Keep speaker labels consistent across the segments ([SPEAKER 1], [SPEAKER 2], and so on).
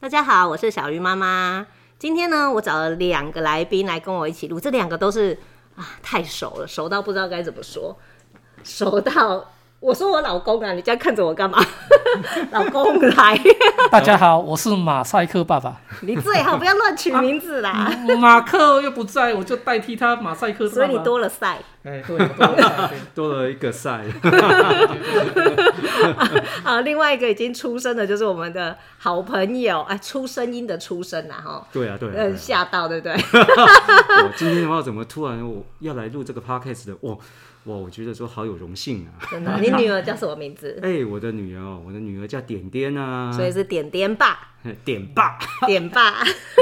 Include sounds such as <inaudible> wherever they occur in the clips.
[SPEAKER 1] 大家好，我是小鱼妈妈。今天呢，我找了两个来宾来跟我一起录，这两个都是啊太熟了，熟到不知道该怎么说，熟到我说我老公啊，你这样看着我干嘛？ <laughs> 老公来， <laughs>
[SPEAKER 2] <laughs> 大家好，我是马赛克爸爸。
[SPEAKER 1] 你最好不要乱取名字
[SPEAKER 3] <laughs> 嗯
[SPEAKER 1] 啦，
[SPEAKER 2] <laughs> 马克又不在，我就代替他马赛克爸爸。
[SPEAKER 1] 所以你多了赛。
[SPEAKER 2] 哎，对，多
[SPEAKER 1] <laughs>
[SPEAKER 2] 了对
[SPEAKER 3] 多了一个赛，
[SPEAKER 1] 好，啊另外一个已经出生的，就是我们的好朋友，哎，出声音的出声啦，哈，
[SPEAKER 3] 对啊，对啊，
[SPEAKER 1] 嗯，
[SPEAKER 3] 对
[SPEAKER 1] 吓到对不
[SPEAKER 3] <laughs>
[SPEAKER 1] 对？
[SPEAKER 3] 啊。我今天的话，怎么突然我要来录这个 podcast 的？哇哇，我觉得说好有荣幸啊！
[SPEAKER 1] 真的，你女儿叫什么名字？
[SPEAKER 3] 哎，我的女儿哦，我的女儿叫点点啊，
[SPEAKER 1] 所以是点点爸，
[SPEAKER 3] 点爸。
[SPEAKER 1] 点爸，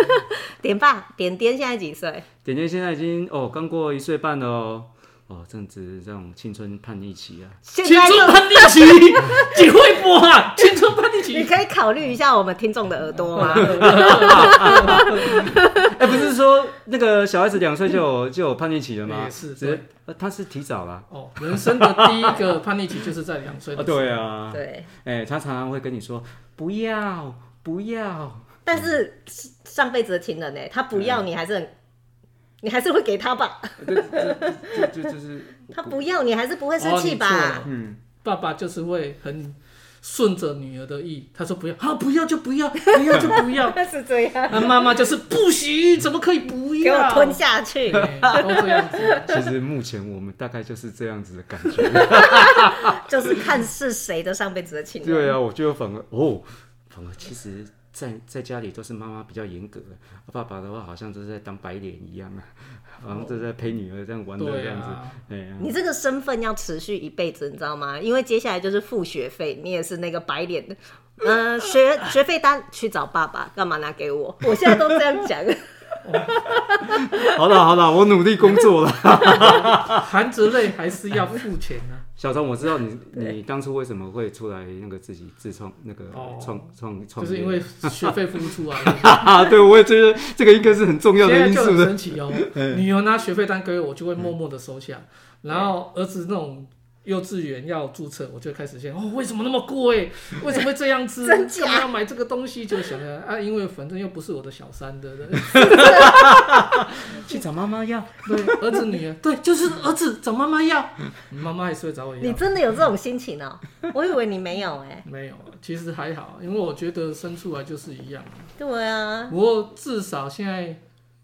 [SPEAKER 1] <laughs> 点爸，点点现在几岁？
[SPEAKER 3] 点点现在已经哦，刚过一岁半了哦。哦，正值这种青春叛逆期
[SPEAKER 1] <laughs>
[SPEAKER 3] 啊！
[SPEAKER 1] 现
[SPEAKER 2] 青
[SPEAKER 1] 在就
[SPEAKER 2] 春叛逆期，几会播啊？青春叛逆
[SPEAKER 1] 你
[SPEAKER 2] <laughs> 期，
[SPEAKER 1] 可以考虑一下我们听众的耳朵吗？
[SPEAKER 2] <laughs>
[SPEAKER 3] 哎，不是说那个小孩子两岁就有就有叛逆期了吗？
[SPEAKER 2] 哎是
[SPEAKER 3] 只
[SPEAKER 2] 对
[SPEAKER 3] 呃他是提早啦。
[SPEAKER 2] 哦，人生的第一个叛逆期就是在两岁
[SPEAKER 3] 啊，
[SPEAKER 2] 的时候。
[SPEAKER 3] 对啊，
[SPEAKER 1] 对，
[SPEAKER 3] 哎，他常常会跟你说不要不要，
[SPEAKER 1] 但是上辈子的情人呢，他不要你还是很，你还是会给他吧？
[SPEAKER 3] 就就就是
[SPEAKER 1] 他不要你还是不会生
[SPEAKER 2] 哦
[SPEAKER 1] 气
[SPEAKER 2] 你
[SPEAKER 1] 吧？
[SPEAKER 2] 错了
[SPEAKER 3] 嗯，
[SPEAKER 2] 爸爸就是会很顺着女儿的意，他说不要，好、不要就不要，不要就不 <laughs> 要。
[SPEAKER 1] 是这样，
[SPEAKER 2] 那妈妈就是不行，怎么可以不
[SPEAKER 1] 给我
[SPEAKER 2] 要？
[SPEAKER 1] 吞下
[SPEAKER 2] <laughs>
[SPEAKER 1] 去。
[SPEAKER 2] 哎都这样子。
[SPEAKER 3] <laughs> 其实目前我们大概就是这样子的感觉。 <laughs>
[SPEAKER 1] 就是看是谁的上辈子的情人。
[SPEAKER 3] 对啊，我觉得反而哦，反而其实在在家里都是妈妈比较严格的，爸爸的话好像都是在当白脸一样啊，好像都在陪女儿这样玩的
[SPEAKER 2] 哦对
[SPEAKER 3] 这样子
[SPEAKER 2] 啊。
[SPEAKER 3] 哎呀、
[SPEAKER 1] 你这个身份要持续一辈子，你知道吗？因为接下来就是付学费，你也是那个白脸的。呃，
[SPEAKER 2] <laughs>
[SPEAKER 1] 学学费单去找爸爸，干嘛拿给我？我现在都这样讲，
[SPEAKER 3] 好了好了，我努力工作
[SPEAKER 2] <laughs>
[SPEAKER 3] 了。
[SPEAKER 2] 含着泪还是要付钱啊。
[SPEAKER 3] 小张，我知道你你当初为什么会出来那个自己自创那个
[SPEAKER 2] 哦
[SPEAKER 3] 创创创
[SPEAKER 2] 就
[SPEAKER 3] 业，
[SPEAKER 2] 是因为学费付不出
[SPEAKER 3] <laughs>
[SPEAKER 2] 来，
[SPEAKER 3] 啊， <laughs> 对，我也觉得这个应该是嗯很重要
[SPEAKER 2] 现
[SPEAKER 3] 的
[SPEAKER 2] 在
[SPEAKER 3] 因
[SPEAKER 2] 就
[SPEAKER 3] 素
[SPEAKER 2] 很
[SPEAKER 3] 的。
[SPEAKER 2] 神奇
[SPEAKER 3] <laughs>
[SPEAKER 2] 哦。女儿拿学费单给我，我就会默默的收下。然后儿子那种幼稚园要注册，我就开始先哦，为什么那么贵？为什么会这样子？
[SPEAKER 1] 真假
[SPEAKER 2] <laughs> 干嘛要买这个东西？就想着啊，因为反正又不是我的小三
[SPEAKER 3] <laughs>
[SPEAKER 2] 的，对 <laughs>
[SPEAKER 3] 去找妈妈要，
[SPEAKER 2] 对，儿子女儿，对，就是儿子找妈妈要， <laughs> 妈妈还是会找我
[SPEAKER 1] 你
[SPEAKER 2] 要。
[SPEAKER 1] 真的有这种心情哦、 <laughs> 我以为你没有哎、
[SPEAKER 2] 没有，啊其实还好，因为我觉得生出来就是一样。
[SPEAKER 1] 对啊，
[SPEAKER 3] 嗯
[SPEAKER 2] 不过至少现在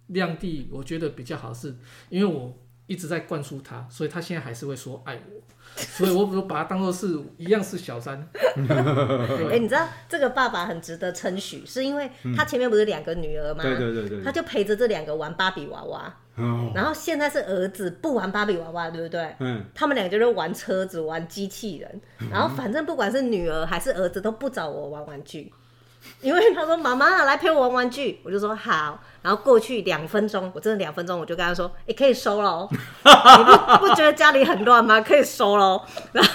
[SPEAKER 2] 亮弟，我觉得比较好是，因为我一直在灌输他，所以他现在还是会说爱我，所以我我把他当做是一样是小三。
[SPEAKER 1] 哎、
[SPEAKER 2] 对
[SPEAKER 1] 你知道这个爸爸很值得称许，是因为他前面不是两个女儿吗？
[SPEAKER 3] 嗯对对对对
[SPEAKER 1] 他
[SPEAKER 3] 对，
[SPEAKER 1] 就陪着这两个玩芭比娃娃，
[SPEAKER 3] 哦，
[SPEAKER 1] 然后现在是儿子不玩芭比娃娃，对不对？
[SPEAKER 3] 嗯，
[SPEAKER 1] 他们两个就是玩车子、玩机器人，然后反正不管是女儿还是儿子都不找我玩玩具，因为他说妈妈来陪我玩玩具，我就说好，然后过去两分钟，我真的两分钟我就跟他说，哎、可以收了
[SPEAKER 3] <laughs>
[SPEAKER 1] 哦，你不不觉得家里很乱吗？可以收了哦， <laughs> 然后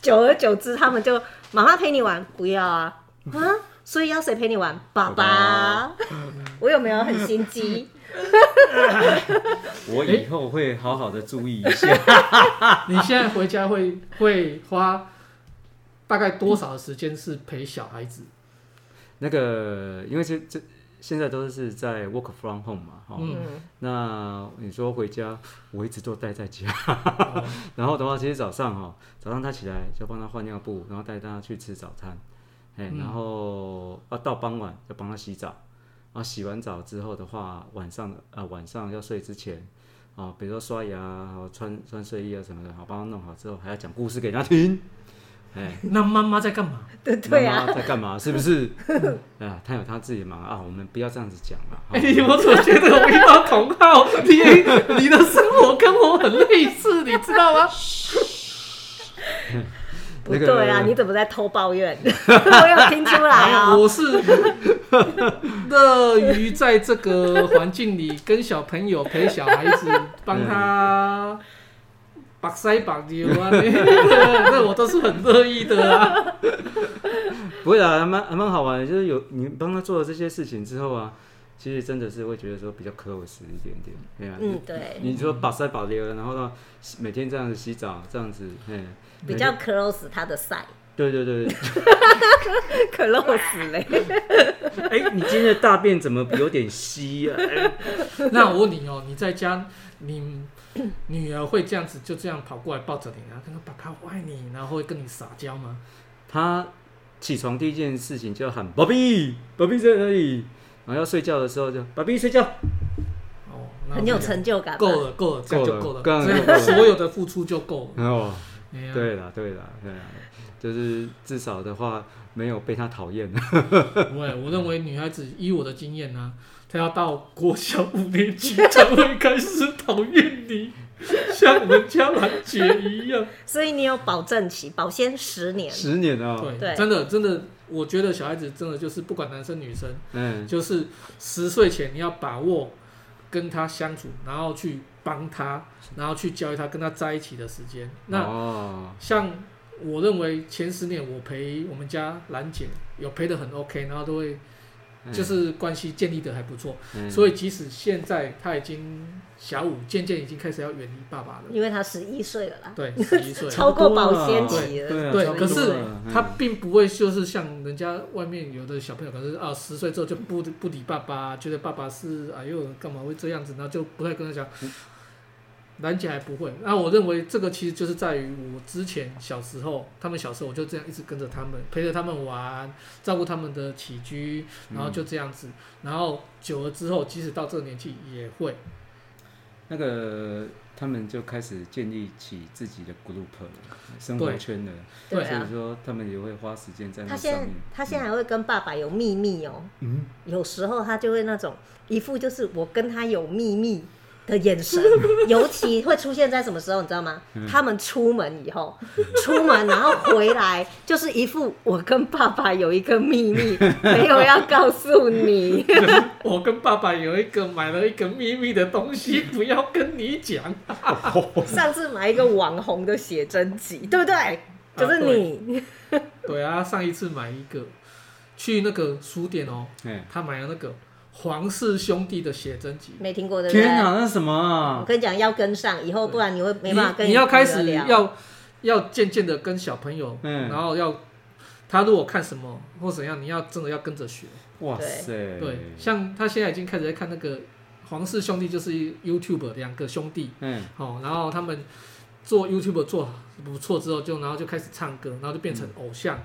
[SPEAKER 1] 久而久之他们就妈妈陪你玩，不要
[SPEAKER 3] <laughs>
[SPEAKER 1] 啊啊，所以要谁陪你玩？爸爸， <laughs> 我有没有很心
[SPEAKER 3] <laughs>
[SPEAKER 1] 机？
[SPEAKER 3] 我以后会好好的注意一下。
[SPEAKER 2] 你现在回家会会花大概多少的时间是陪小孩子？
[SPEAKER 3] 那个，因为这这现在都是在 work from home 嘛，哈、
[SPEAKER 2] 嗯，
[SPEAKER 1] 嗯，
[SPEAKER 3] 那你说回家，我一直都待在家，
[SPEAKER 2] 哦
[SPEAKER 3] <laughs> 然后的话，其实早上哈，早上他起来就帮他换尿布，然后带他去吃早餐，哎、
[SPEAKER 2] 嗯
[SPEAKER 3] 然后啊到傍晚要帮他洗澡，然后洗完澡之后的话，晚上啊、晚上要睡之前。啊，比如说刷牙，然后穿穿睡衣啊什么的，好帮他弄好之后，还要讲故事给他听。哎、
[SPEAKER 2] 那妈妈在干嘛？
[SPEAKER 1] 对对
[SPEAKER 3] 妈
[SPEAKER 1] 啊，
[SPEAKER 3] 妈在干嘛？是不是？ <laughs> 哎呀，他有他自己的忙啊，我们不要这样子讲
[SPEAKER 1] <laughs>
[SPEAKER 3] 了。
[SPEAKER 2] 哎、我怎么觉得我遇到同号？你你的生活跟我很类似，你知道吗？
[SPEAKER 1] 不
[SPEAKER 3] 那个
[SPEAKER 1] 对啊，你怎么在偷抱怨？ <laughs> 我有听出来哦。
[SPEAKER 2] 我是乐于在这个环境里跟小朋友陪小孩子，帮他把塞把丢啊，那那我都是很乐意的啊。
[SPEAKER 3] <laughs>
[SPEAKER 2] <laughs>
[SPEAKER 3] 不会啦，还蛮还蛮好玩的，就是有你帮他做了这些事情之后啊，其实真的是会觉得说比较 close 一点点。哎呀、
[SPEAKER 1] 嗯，对，
[SPEAKER 3] 你你说把塞把流，然后呢，每天这样子洗澡，这样子，哎，
[SPEAKER 1] 比较 close 他的赛，
[SPEAKER 3] 对对对， <laughs> 对
[SPEAKER 1] 可乐死嘞！
[SPEAKER 3] 哎、你今天的大便怎么有点稀啊？哎
[SPEAKER 2] 那我问你哦，你在家，你女儿会这样子就这样跑过来抱着你，然后跟她爸爸我爱你，然后会跟你撒娇吗？
[SPEAKER 3] 他起床第一件事情就喊宝贝，宝贝在哪里？然后要睡觉的时候就宝贝睡觉，
[SPEAKER 2] 哦，
[SPEAKER 1] <laughs>
[SPEAKER 2] 那
[SPEAKER 1] 很有成就感吧，
[SPEAKER 2] 够了，够了，这样就够了，
[SPEAKER 3] 够了
[SPEAKER 2] 这
[SPEAKER 3] 够了
[SPEAKER 2] 样所有的付出就够了。
[SPEAKER 3] 哦，
[SPEAKER 2] 哎呀，
[SPEAKER 3] 对啦，对啦，对啦，就是至少的话没有被他讨厌。
[SPEAKER 2] 不会，我认为女孩子以我的经验呢、她要到国小五年级才会开始讨厌你，像我们家兰姐一样。
[SPEAKER 1] 所以你有保证期，保鲜十年。
[SPEAKER 3] 十年哦、
[SPEAKER 2] 对，
[SPEAKER 1] 对
[SPEAKER 2] 真的真的，我觉得小孩子真的就是不管男生女生，
[SPEAKER 3] 嗯，
[SPEAKER 2] 就是十岁前你要把握跟他相处，然后去帮他，然后去教育他跟他在一起的时间。那
[SPEAKER 3] 哦，
[SPEAKER 2] 像我认为前十年我陪我们家兰姐有陪的很 OK，然后都会就是关系建立的还不错，所
[SPEAKER 3] 以
[SPEAKER 2] 以即使现在他已经小五，渐渐已经开始要远离爸爸了，
[SPEAKER 1] 因为他十一岁了啦，
[SPEAKER 2] 对，十一岁。
[SPEAKER 1] 超过保鲜期了
[SPEAKER 3] 对啊
[SPEAKER 2] 对
[SPEAKER 3] 差不
[SPEAKER 2] 可
[SPEAKER 3] 多
[SPEAKER 2] 是
[SPEAKER 3] 了
[SPEAKER 2] 他
[SPEAKER 3] 嗯
[SPEAKER 2] 并不会就是像人家外面有的小朋友，可是啊十岁之后就不不理爸爸，觉得爸爸是哎呦干嘛会这样子，然后就不太跟他讲。
[SPEAKER 3] 嗯
[SPEAKER 2] 兰姐还不会，那我认为这个其实就是在于我之前小时候，他们小时候我就这样一直跟着他们，陪着他们玩，照顾他们的起居，然后就这样子，然后久了之后，即使到这个年纪也会，
[SPEAKER 3] 那个他们就开始建立起自己的 group 了，生活
[SPEAKER 2] 对
[SPEAKER 3] 圈了，
[SPEAKER 1] 对
[SPEAKER 3] 所以
[SPEAKER 1] 啊。
[SPEAKER 3] 说他们也会花时间在那
[SPEAKER 1] 他现
[SPEAKER 3] 啊上
[SPEAKER 1] 在
[SPEAKER 3] 面。
[SPEAKER 1] 他现在还会跟爸爸有秘密哦、
[SPEAKER 3] 嗯，
[SPEAKER 1] 有时候他就会那种一副就是我跟他有秘密的眼神，尤其会出现在什么时候，你知道吗？他们出门以后，出门然后回来就是一副我跟爸爸有一个秘密，没有要告诉你。
[SPEAKER 2] 我跟爸爸有一个买了一个秘密的东西，不要跟你讲。
[SPEAKER 1] 上次买一个网红的写真集，对不对？就是你，
[SPEAKER 2] 对啊，上一次买一个，去那个书店哦，
[SPEAKER 3] 哎，
[SPEAKER 2] 他买了那个皇室兄弟的写真集。
[SPEAKER 1] 没听过对不对？
[SPEAKER 3] 天哪，那什么
[SPEAKER 1] 我
[SPEAKER 3] 啊？
[SPEAKER 1] 跟你讲，要跟上，以后不然你会没办法跟
[SPEAKER 2] 你你要开始
[SPEAKER 1] 女儿聊
[SPEAKER 2] 要要渐渐的跟小朋友，
[SPEAKER 3] 嗯
[SPEAKER 2] 然后要他如果看什么或怎样，你要真的要跟着学。
[SPEAKER 3] 哇塞！
[SPEAKER 2] 对，像他现在已经开始在看那个皇室兄弟，就是 YouTube 两个兄弟，
[SPEAKER 3] 嗯，
[SPEAKER 2] 哦，然后他们做 YouTube 做不错之后，就然后就开始唱歌，然后就变成
[SPEAKER 3] 嗯
[SPEAKER 2] 偶像，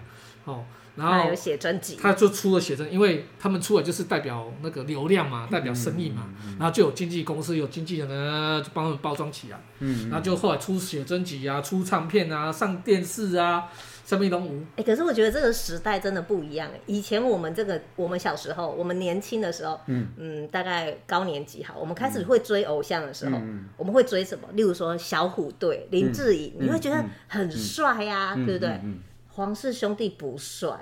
[SPEAKER 2] 哦，然
[SPEAKER 1] 还有
[SPEAKER 2] 后
[SPEAKER 1] 写真集，
[SPEAKER 2] 他就出了写真，因为他们出来就是代表那个流量嘛，代表生意嘛，
[SPEAKER 3] 嗯
[SPEAKER 2] 然后就有经纪公司有经纪人呢，就帮他们包装起来，
[SPEAKER 3] 嗯，
[SPEAKER 2] 然后就后来出写真集啊，出唱片啊，上电视啊，上面龙舞，
[SPEAKER 1] 哎、可是我觉得这个时代真的不一样、欸。以前我们这个，我们小时候，我们年轻的时候，
[SPEAKER 3] 嗯
[SPEAKER 1] 大概高年级好，我们开始会追偶像的时候，
[SPEAKER 3] 嗯
[SPEAKER 1] 我们会追什么？例如说小虎队、林志颖，
[SPEAKER 3] 嗯
[SPEAKER 1] 你会觉得
[SPEAKER 3] 嗯
[SPEAKER 1] 很帅呀、
[SPEAKER 3] 嗯
[SPEAKER 1] 对不对？
[SPEAKER 3] 嗯
[SPEAKER 1] 皇室兄弟不帅，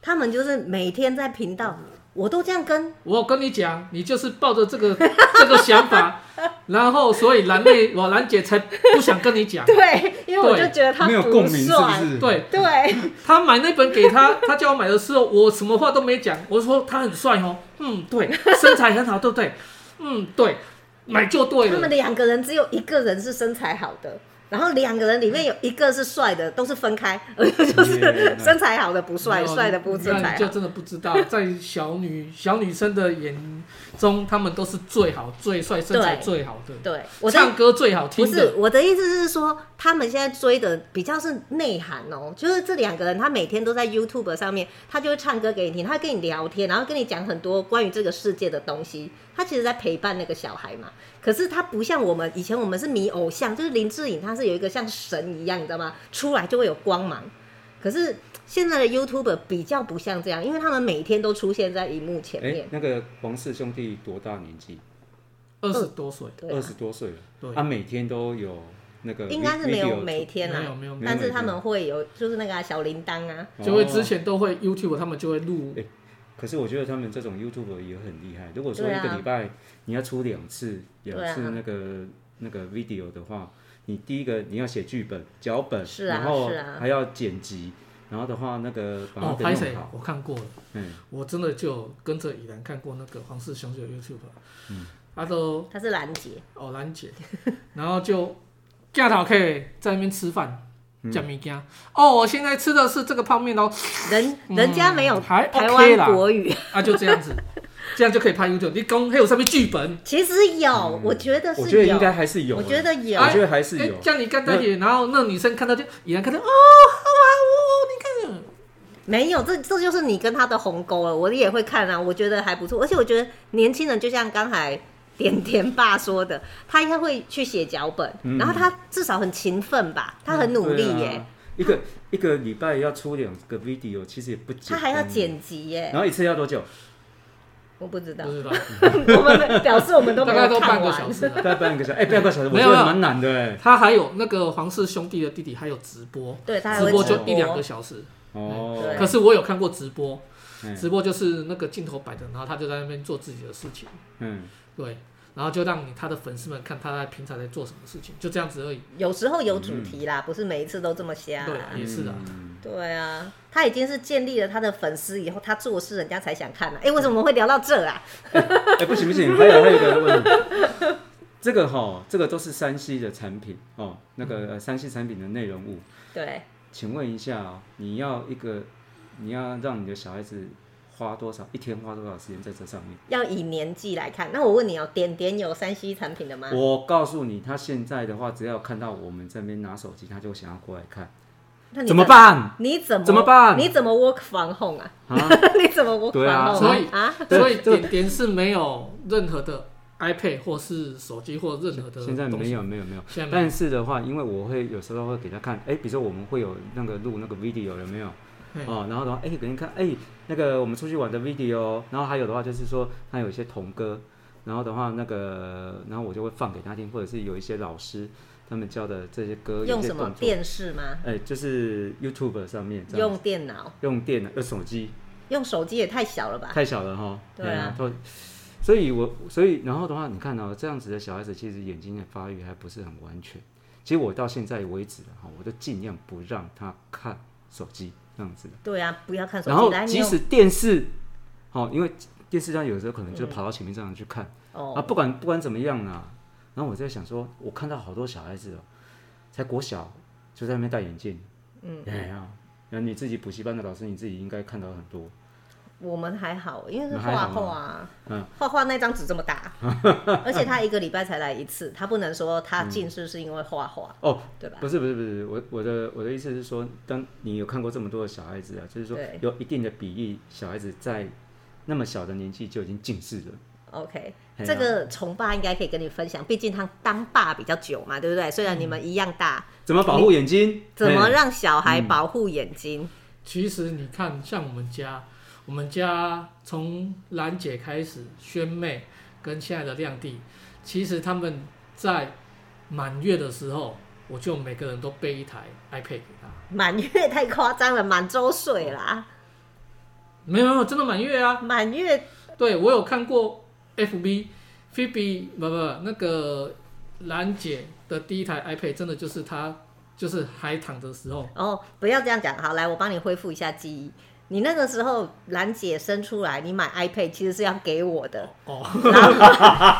[SPEAKER 1] 他们就是每天在频道，我都这样跟，
[SPEAKER 2] 我跟你讲，你就是抱着这个这个想法，然后所以兰妹我兰姐才不想跟你
[SPEAKER 1] <laughs>
[SPEAKER 2] 讲。
[SPEAKER 1] 对，因为我
[SPEAKER 2] 对
[SPEAKER 1] 就觉得他
[SPEAKER 3] 没有
[SPEAKER 1] 不
[SPEAKER 3] 共鸣是不
[SPEAKER 1] 帅，
[SPEAKER 3] 是？，
[SPEAKER 2] 对，
[SPEAKER 3] <laughs>
[SPEAKER 1] 对。
[SPEAKER 2] 他买那本给他， <laughs> 他叫我买的时候，我什么话都没讲，我说他很帅哦，嗯，对，身材很好，对不对？嗯，对，买就对
[SPEAKER 1] 他们
[SPEAKER 2] 了。
[SPEAKER 1] 两个人只有一个人是身材好的，然后两个人里面有一个是帅的，都是分开， <laughs> 而就是
[SPEAKER 3] 天哪
[SPEAKER 1] 身材好的不帅，
[SPEAKER 2] 没有
[SPEAKER 1] 帅的不啊身
[SPEAKER 2] 那
[SPEAKER 1] 材
[SPEAKER 2] 你就
[SPEAKER 1] 好。
[SPEAKER 2] 真的不
[SPEAKER 1] <laughs>
[SPEAKER 2] 知道，在小女小女生的眼中，他们都是最好、最帅、身材
[SPEAKER 1] 对
[SPEAKER 2] 最好的，
[SPEAKER 1] 对，我的
[SPEAKER 2] 唱歌最好
[SPEAKER 1] 不
[SPEAKER 2] 听
[SPEAKER 1] 是
[SPEAKER 2] 的。
[SPEAKER 1] 我的意思是说，他们现在追的比较是内涵哦，就是这两个人他每天都在 YouTube 上面，他就会唱歌给你听，他会跟你聊天，然后跟你讲很多关于这个世界的东西。他其实在陪伴那个小孩嘛。可是他不像我们以前，我们是迷偶像，就是林志颖，他是有一个像神一样，你知道吗？出来就会有光芒。可是现在的 YouTuber 比较不像这样，因为他们每天都出现在荧幕前
[SPEAKER 3] 哎
[SPEAKER 1] 面，。
[SPEAKER 3] 那个黄氏兄弟多大年纪？
[SPEAKER 2] 二十多岁，
[SPEAKER 1] 对啊、
[SPEAKER 3] 二十多岁了，
[SPEAKER 2] 对
[SPEAKER 3] 他每天都有那个 vi-
[SPEAKER 1] 应该是没
[SPEAKER 3] video
[SPEAKER 1] 有
[SPEAKER 3] 出
[SPEAKER 1] 每嗯天
[SPEAKER 2] 没
[SPEAKER 1] 啊
[SPEAKER 2] 有，没有，
[SPEAKER 1] 但是他们会有就是那个啊、小铃铛啊。
[SPEAKER 2] 就会
[SPEAKER 3] 哦
[SPEAKER 2] 之前都会 YouTube，他们就会录
[SPEAKER 3] 可是我觉得他们这种 YouTube 也很厉害。如果说
[SPEAKER 1] 对
[SPEAKER 3] 一
[SPEAKER 1] 啊
[SPEAKER 3] 个礼拜你要出两次、
[SPEAKER 1] 对
[SPEAKER 3] 两
[SPEAKER 1] 啊
[SPEAKER 3] 次那个、那个 video 的话，你第一个你要写剧本、脚本，
[SPEAKER 1] 是啊
[SPEAKER 3] 然后
[SPEAKER 1] 是啊
[SPEAKER 3] 还要剪辑，然后的话那个把
[SPEAKER 2] 哦，
[SPEAKER 3] 它
[SPEAKER 2] 拍
[SPEAKER 3] 给
[SPEAKER 2] 谁
[SPEAKER 3] 弄？好。
[SPEAKER 2] 我看过了。
[SPEAKER 3] 嗯，
[SPEAKER 2] 我真的就有跟着以然看过那个黄氏雄的 YouTube，嗯，他都
[SPEAKER 1] 他是兰姐，
[SPEAKER 2] 哦 <laughs> 偶然姐，然后就架好可以在那边吃饭，吃物件。哦，我现在吃的是这个泡面哦， <laughs>
[SPEAKER 1] 人人家没有
[SPEAKER 2] 嗯还
[SPEAKER 1] 台
[SPEAKER 2] OK 啦
[SPEAKER 1] 湾国语，
[SPEAKER 2] 啊，就这样子，这样就可以拍 YouTube。你讲还有上面剧本，
[SPEAKER 1] 其实
[SPEAKER 2] 嗯
[SPEAKER 1] 有，我觉得
[SPEAKER 3] 我
[SPEAKER 1] 是
[SPEAKER 3] 觉得
[SPEAKER 1] 有
[SPEAKER 3] 应，该还是有，
[SPEAKER 1] 我
[SPEAKER 3] 啊
[SPEAKER 1] 觉得有
[SPEAKER 3] 我觉得还是
[SPEAKER 2] 哎
[SPEAKER 3] 有，
[SPEAKER 2] 像你刚才也，然后那女生看到就也看到，哦，好啊，哦，你看，
[SPEAKER 1] 没有，这这就是你跟他的鸿沟了。我也会看啊，我觉得还不错，而且我觉得年轻人就像刚才点点爸说的，他应该会去写脚本，
[SPEAKER 3] 嗯
[SPEAKER 1] 然后他至少很勤奋吧，他很努
[SPEAKER 2] 嗯
[SPEAKER 1] 力耶，
[SPEAKER 3] 对啊一个一个礼拜要出两个 video，其实也不简
[SPEAKER 1] 他
[SPEAKER 3] 单
[SPEAKER 1] 还要，剪辑耶
[SPEAKER 2] 嗯
[SPEAKER 3] 然，后一次要多久？
[SPEAKER 1] 我不知道
[SPEAKER 2] 不，知道，
[SPEAKER 1] <laughs> 我们没表示我们都
[SPEAKER 2] 嗯大
[SPEAKER 1] 没
[SPEAKER 2] 概
[SPEAKER 1] 有
[SPEAKER 2] 都
[SPEAKER 1] 看
[SPEAKER 2] 半个
[SPEAKER 1] 完
[SPEAKER 2] 小。时了。
[SPEAKER 3] 大概半个小时，哎，半个小时，我
[SPEAKER 2] 没
[SPEAKER 3] 觉
[SPEAKER 2] 有
[SPEAKER 3] 得
[SPEAKER 2] 没有
[SPEAKER 3] 蛮难的哎。
[SPEAKER 2] 他还有那个黄氏兄弟的弟弟，还有直播，
[SPEAKER 1] 对他还
[SPEAKER 2] 直
[SPEAKER 1] 会
[SPEAKER 2] 播
[SPEAKER 3] 直
[SPEAKER 2] 就
[SPEAKER 3] 播
[SPEAKER 2] 一两个小时。
[SPEAKER 3] 哦
[SPEAKER 1] 对，
[SPEAKER 2] 可是我有看过直播，
[SPEAKER 3] 嗯
[SPEAKER 2] 直播就是那个镜头摆着，然后他就在那边做自己的事情，
[SPEAKER 3] 嗯，
[SPEAKER 2] 对，然后就让你他的粉丝们看他在平常在做什么事情，就这样子而已。
[SPEAKER 1] 有时候有主题啦，不是每一次都这么瞎
[SPEAKER 2] 嗯对
[SPEAKER 1] 啦。
[SPEAKER 2] 啊，也是的。
[SPEAKER 3] 嗯
[SPEAKER 1] 对啊，他已经是建立了他的粉丝以后，他做事人家才想看啊。哎、为什么会聊到这啊？
[SPEAKER 3] 哎，不行
[SPEAKER 2] <laughs>
[SPEAKER 3] 不行，还有还有一个问题，这个哈，这个都是山西的产品哦，那
[SPEAKER 2] 嗯
[SPEAKER 3] 个山西产品的内容物，
[SPEAKER 1] 对，
[SPEAKER 3] 请问一下哦，你要一个，你要让你的小孩子花多少一天花多少时间在这上面？
[SPEAKER 1] 要以年纪来看。那我问你哦、点点有山西产品的
[SPEAKER 2] 哎
[SPEAKER 1] 吗？
[SPEAKER 3] 我告诉你，他现在的话，只要看到我们这边拿手机，他就想要过来看，
[SPEAKER 1] 那你
[SPEAKER 3] 怎么？办？
[SPEAKER 1] 你怎么
[SPEAKER 3] 怎么办
[SPEAKER 1] 你怎么 work from home 啊？
[SPEAKER 3] 啊
[SPEAKER 1] <laughs> 你怎么 work from
[SPEAKER 3] 对
[SPEAKER 1] home？
[SPEAKER 3] 啊
[SPEAKER 1] 啊
[SPEAKER 2] 所以
[SPEAKER 1] 啊，
[SPEAKER 2] 所以点点是没有任何的 iPad 或是手机或任何的东西。
[SPEAKER 3] 现在没有没有没有
[SPEAKER 2] 现在，没有
[SPEAKER 3] 但是的话，因为我会有时候会给他看，哎、比如说我们会有那个录那个 video 有没有？
[SPEAKER 2] 嗯
[SPEAKER 3] 哦，然后的话，哎、给你看，哎、那个我们出去玩的 video，然后还有的话就是说，他有一些童歌，然后的话那个，然后我就会放给他听，或者是有一些老师他们教的这些歌，有
[SPEAKER 1] 用
[SPEAKER 3] 一些
[SPEAKER 1] 什么
[SPEAKER 3] 动作，
[SPEAKER 1] 电视吗？
[SPEAKER 3] 哎、就是 YouTube 上面这样
[SPEAKER 1] 用
[SPEAKER 3] 子
[SPEAKER 1] 电脑？
[SPEAKER 3] 用电脑用手机，
[SPEAKER 1] 用手机也太小了吧？
[SPEAKER 3] 太小了哈。哎
[SPEAKER 1] 对啊
[SPEAKER 3] 都所以我所以然后的话，你看哦，这样子的小孩子其实眼睛的发育还不是很完全。其实我到现在为止哈，我都尽量不让他看手机这样子的。
[SPEAKER 1] 对啊，不要看手
[SPEAKER 3] 然后
[SPEAKER 1] 机。来，你
[SPEAKER 3] 即
[SPEAKER 1] 用
[SPEAKER 3] 使电视，好、因为电视上有时候可能就跑到前面这样去看、
[SPEAKER 1] 哦，
[SPEAKER 3] 啊，不管不管怎么样啦、然后我在想说，我看到好多小孩子哦，才国小就在那边戴眼镜，嗯，哎呀，那你自己补习班的老师，你自己应该看到很多。
[SPEAKER 1] 我们还好，因为是
[SPEAKER 3] 你们还
[SPEAKER 1] 画
[SPEAKER 3] 好
[SPEAKER 1] 画啊，画画那张纸这么
[SPEAKER 3] <laughs>
[SPEAKER 1] 大，而且他一个礼拜才来一次，他不能说他
[SPEAKER 3] 嗯
[SPEAKER 1] 近视是因为画画，
[SPEAKER 3] 哦，
[SPEAKER 1] 对吧？
[SPEAKER 3] 不是不是不是，我我的我的意思是说，当你有看过这么多的小孩子啊，就是说
[SPEAKER 1] 对
[SPEAKER 3] 有一定的比例，小孩子在那么小的年纪就已经近视了。
[SPEAKER 1] OK，
[SPEAKER 3] 嘿啊
[SPEAKER 1] 这个虫爸应该可以跟你分享，毕竟他当爸比较久嘛，对不对？虽然你们一样大，
[SPEAKER 3] 怎么保护眼睛？
[SPEAKER 1] 怎么
[SPEAKER 3] 嘿
[SPEAKER 1] 让小孩保护眼睛？
[SPEAKER 2] 其实你看，像我们家，我们家从兰姐开始，萱妹跟现在的亮弟，其实他们在满月的时候，我就每个人都备一台 iPad 给他。
[SPEAKER 1] 满月太夸张了，满周岁啦，
[SPEAKER 2] 没有没有，真的满月啊！
[SPEAKER 1] 满月
[SPEAKER 2] 对我有看过 FB Phoebe 不不那个兰姐的第一台 iPad，真的就是她就是还躺的时候，
[SPEAKER 1] 哦，不要这样讲。好，来，我帮你恢复一下记忆。你那个时候兰姐生出来，你买 iPad 其实是要给我的，
[SPEAKER 2] 哦，
[SPEAKER 1] <laughs>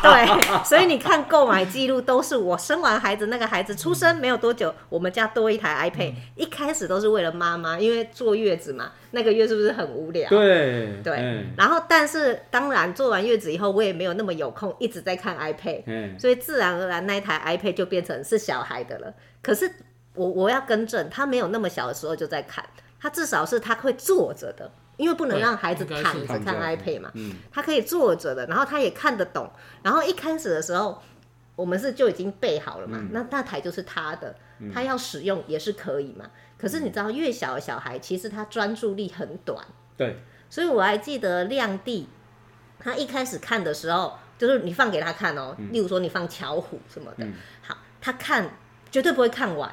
[SPEAKER 1] 对，所以你看购买记录都是我生完孩子，那个孩子出生没有多久，我们家多一台 iPad，、一
[SPEAKER 2] 嗯
[SPEAKER 1] 开始都是为了妈妈，因为坐月子嘛，那个月是不是很无聊？
[SPEAKER 3] 对
[SPEAKER 1] 对
[SPEAKER 3] 嗯
[SPEAKER 1] 然后，但是当然坐完月子以后，我也没有那么有空一直在看 iPad，
[SPEAKER 3] 嗯
[SPEAKER 1] 所以自然而然那一台 iPad 就变成是小孩的了。可是我我要更正，他没有那么小的时候就在看，他至少是他会坐着的，因为不能
[SPEAKER 2] 对
[SPEAKER 1] 让孩子
[SPEAKER 2] 应该是
[SPEAKER 1] 躺着
[SPEAKER 3] 躺着
[SPEAKER 1] 看 iPad 嘛。
[SPEAKER 3] 嗯，
[SPEAKER 1] 他可以坐着的，然后他也看得懂。然后一开始的时候，我们是就已经备好了嘛，
[SPEAKER 3] 嗯
[SPEAKER 1] 那那台就是他的，他要使用也是可以嘛。可
[SPEAKER 3] 嗯
[SPEAKER 1] 是你知道，越小的小孩其实他专注力很短，
[SPEAKER 3] 对，
[SPEAKER 1] 所以我还记得亮弟，他一开始看的时候，就是你放给他看哦，例如说你放巧虎什么的，
[SPEAKER 3] 嗯
[SPEAKER 1] 好，他看绝对不会看完，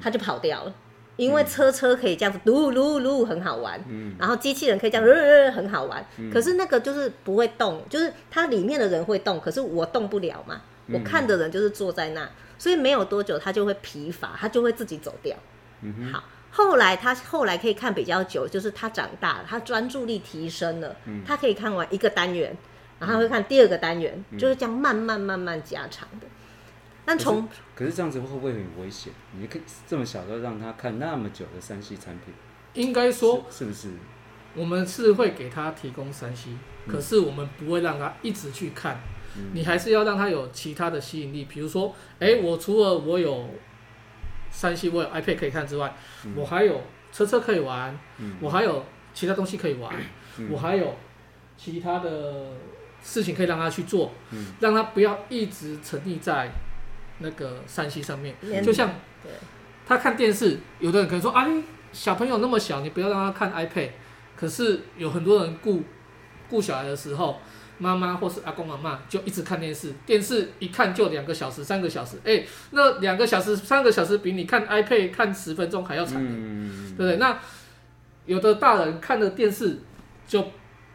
[SPEAKER 1] 他就跑掉了。因为车车可以这样子噜噜噜很好玩，
[SPEAKER 3] 嗯
[SPEAKER 1] 然后机器人可以这样，呃、很好玩。可是那个就是不会动，就是它里面的人会动，可是我动不了嘛。
[SPEAKER 3] 嗯
[SPEAKER 1] 我看的人就是坐在那，所以没有多久他就会疲乏，他就会自己走掉。
[SPEAKER 3] 嗯哼
[SPEAKER 1] 好，后来他后来可以看比较久，就是他长大了，他专注力提升了，
[SPEAKER 3] 嗯
[SPEAKER 1] 他可以看完一
[SPEAKER 3] 嗯
[SPEAKER 1] 个单元，然后他会看第二个单元，就是这样慢慢慢慢加长的。但从
[SPEAKER 3] 可是这样子会不会很危险？你可以这么小就让他看那么久的三 C 产品，
[SPEAKER 2] 应该说
[SPEAKER 3] 是是不是？
[SPEAKER 2] 我们是会给他提供三 C，
[SPEAKER 3] 嗯
[SPEAKER 2] 可是我们不会让他一直去看，
[SPEAKER 3] 嗯
[SPEAKER 2] 你还是要让他有其他的吸引力。比如说，哎、我除了我有三 C，我有 iPad 可以看之外，
[SPEAKER 3] 嗯
[SPEAKER 2] 我还有车车可以玩，
[SPEAKER 3] 嗯
[SPEAKER 2] 我还有其他东西可以玩，
[SPEAKER 3] 嗯
[SPEAKER 2] 我还有其他的事情可以让他去做，
[SPEAKER 3] 嗯
[SPEAKER 2] 让他不要一直沉溺在那个三 C 上面。
[SPEAKER 1] 连
[SPEAKER 2] 就像
[SPEAKER 1] 对
[SPEAKER 2] 他看电视，有的人可能说啊，你小朋友那么小，你不要让他看 iPad。可是有很多人顾顾小孩的时候，妈妈或是阿公阿妈就一直看电视，电视一看就两个小时、三个小时。哎、那两个小时、三个小时比你看 iPad 看十分钟还要
[SPEAKER 1] 欸
[SPEAKER 2] 长，
[SPEAKER 3] 嗯
[SPEAKER 2] 对不对？那有的大人看了电视就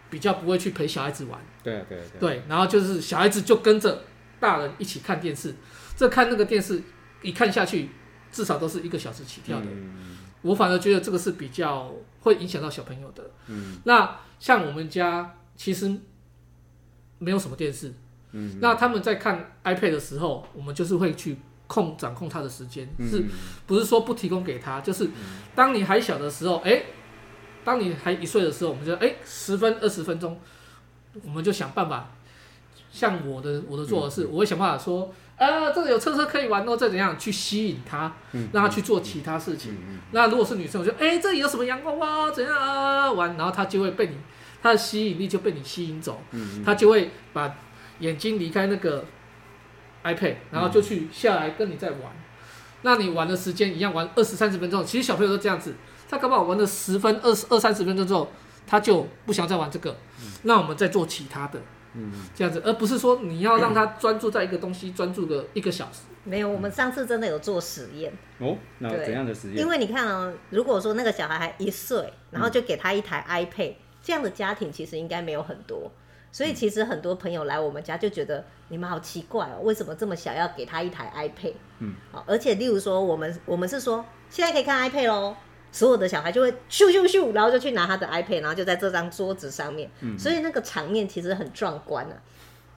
[SPEAKER 2] 比较不会去陪小孩子玩。
[SPEAKER 3] 对啊对啊对啊
[SPEAKER 2] 对，然后就是小孩子就跟着大人一起看电视，这看那个电视一看下去，至少都是一个小时起跳的。
[SPEAKER 3] 嗯
[SPEAKER 2] 我反而觉得这个是比较会影响到小朋友的。
[SPEAKER 3] 嗯
[SPEAKER 2] 那像我们家其实没有什么电视，
[SPEAKER 3] 嗯，
[SPEAKER 2] 那他们在看 iPad 的时候，我们就是会去控掌控他的时间，
[SPEAKER 3] 嗯
[SPEAKER 2] 是不是说不提供给他？就是当你还小的时候，哎、当你还一岁的时候，我们就哎十、10分二十分钟，我们就想办法。像我的我的做的
[SPEAKER 3] 嗯
[SPEAKER 2] 是，我会想办法说，啊，这个有车车可以玩哦，这怎样去吸引他，
[SPEAKER 3] 嗯
[SPEAKER 2] 让他去做其他事情。
[SPEAKER 3] 嗯
[SPEAKER 2] 那如果是女生，我就哎、这里有什么洋娃娃，怎样啊玩，然后他就会被你他的吸引力就被你吸引走，
[SPEAKER 3] 嗯嗯
[SPEAKER 2] 他就会把眼睛离开那个 iPad，然后就去下来跟你再玩。那你玩的时间一样玩二十三十分钟，其实小朋友都这样子，他搞不好玩了十分二十二三十分钟之后，他就不想再玩这个，那我们再做其他的
[SPEAKER 3] 嗯
[SPEAKER 2] 这样子，而不是说你要让他专注在一个东西专注个一个小时。
[SPEAKER 1] 没有，我们上次真的有做实验，
[SPEAKER 3] 哦，那
[SPEAKER 1] 对
[SPEAKER 3] 怎样的实验？
[SPEAKER 1] 因为你看哦，如果说那个小孩还一岁，然后就给他一台
[SPEAKER 3] 嗯
[SPEAKER 1] iPad，、这样的家庭其实应该没有很多。所以其实很多朋友来我们家就觉得你们好奇怪哦，为什么这么小要给他一台 iPad？
[SPEAKER 3] 嗯，
[SPEAKER 1] 好，而且例如说我们我们是说现在可以看 iPad 咯，所有的小孩就会咻咻咻，然后就去拿他的 iPad，然后就在这张桌子上面，
[SPEAKER 3] 嗯
[SPEAKER 1] 所以那个场面其实很壮观啊。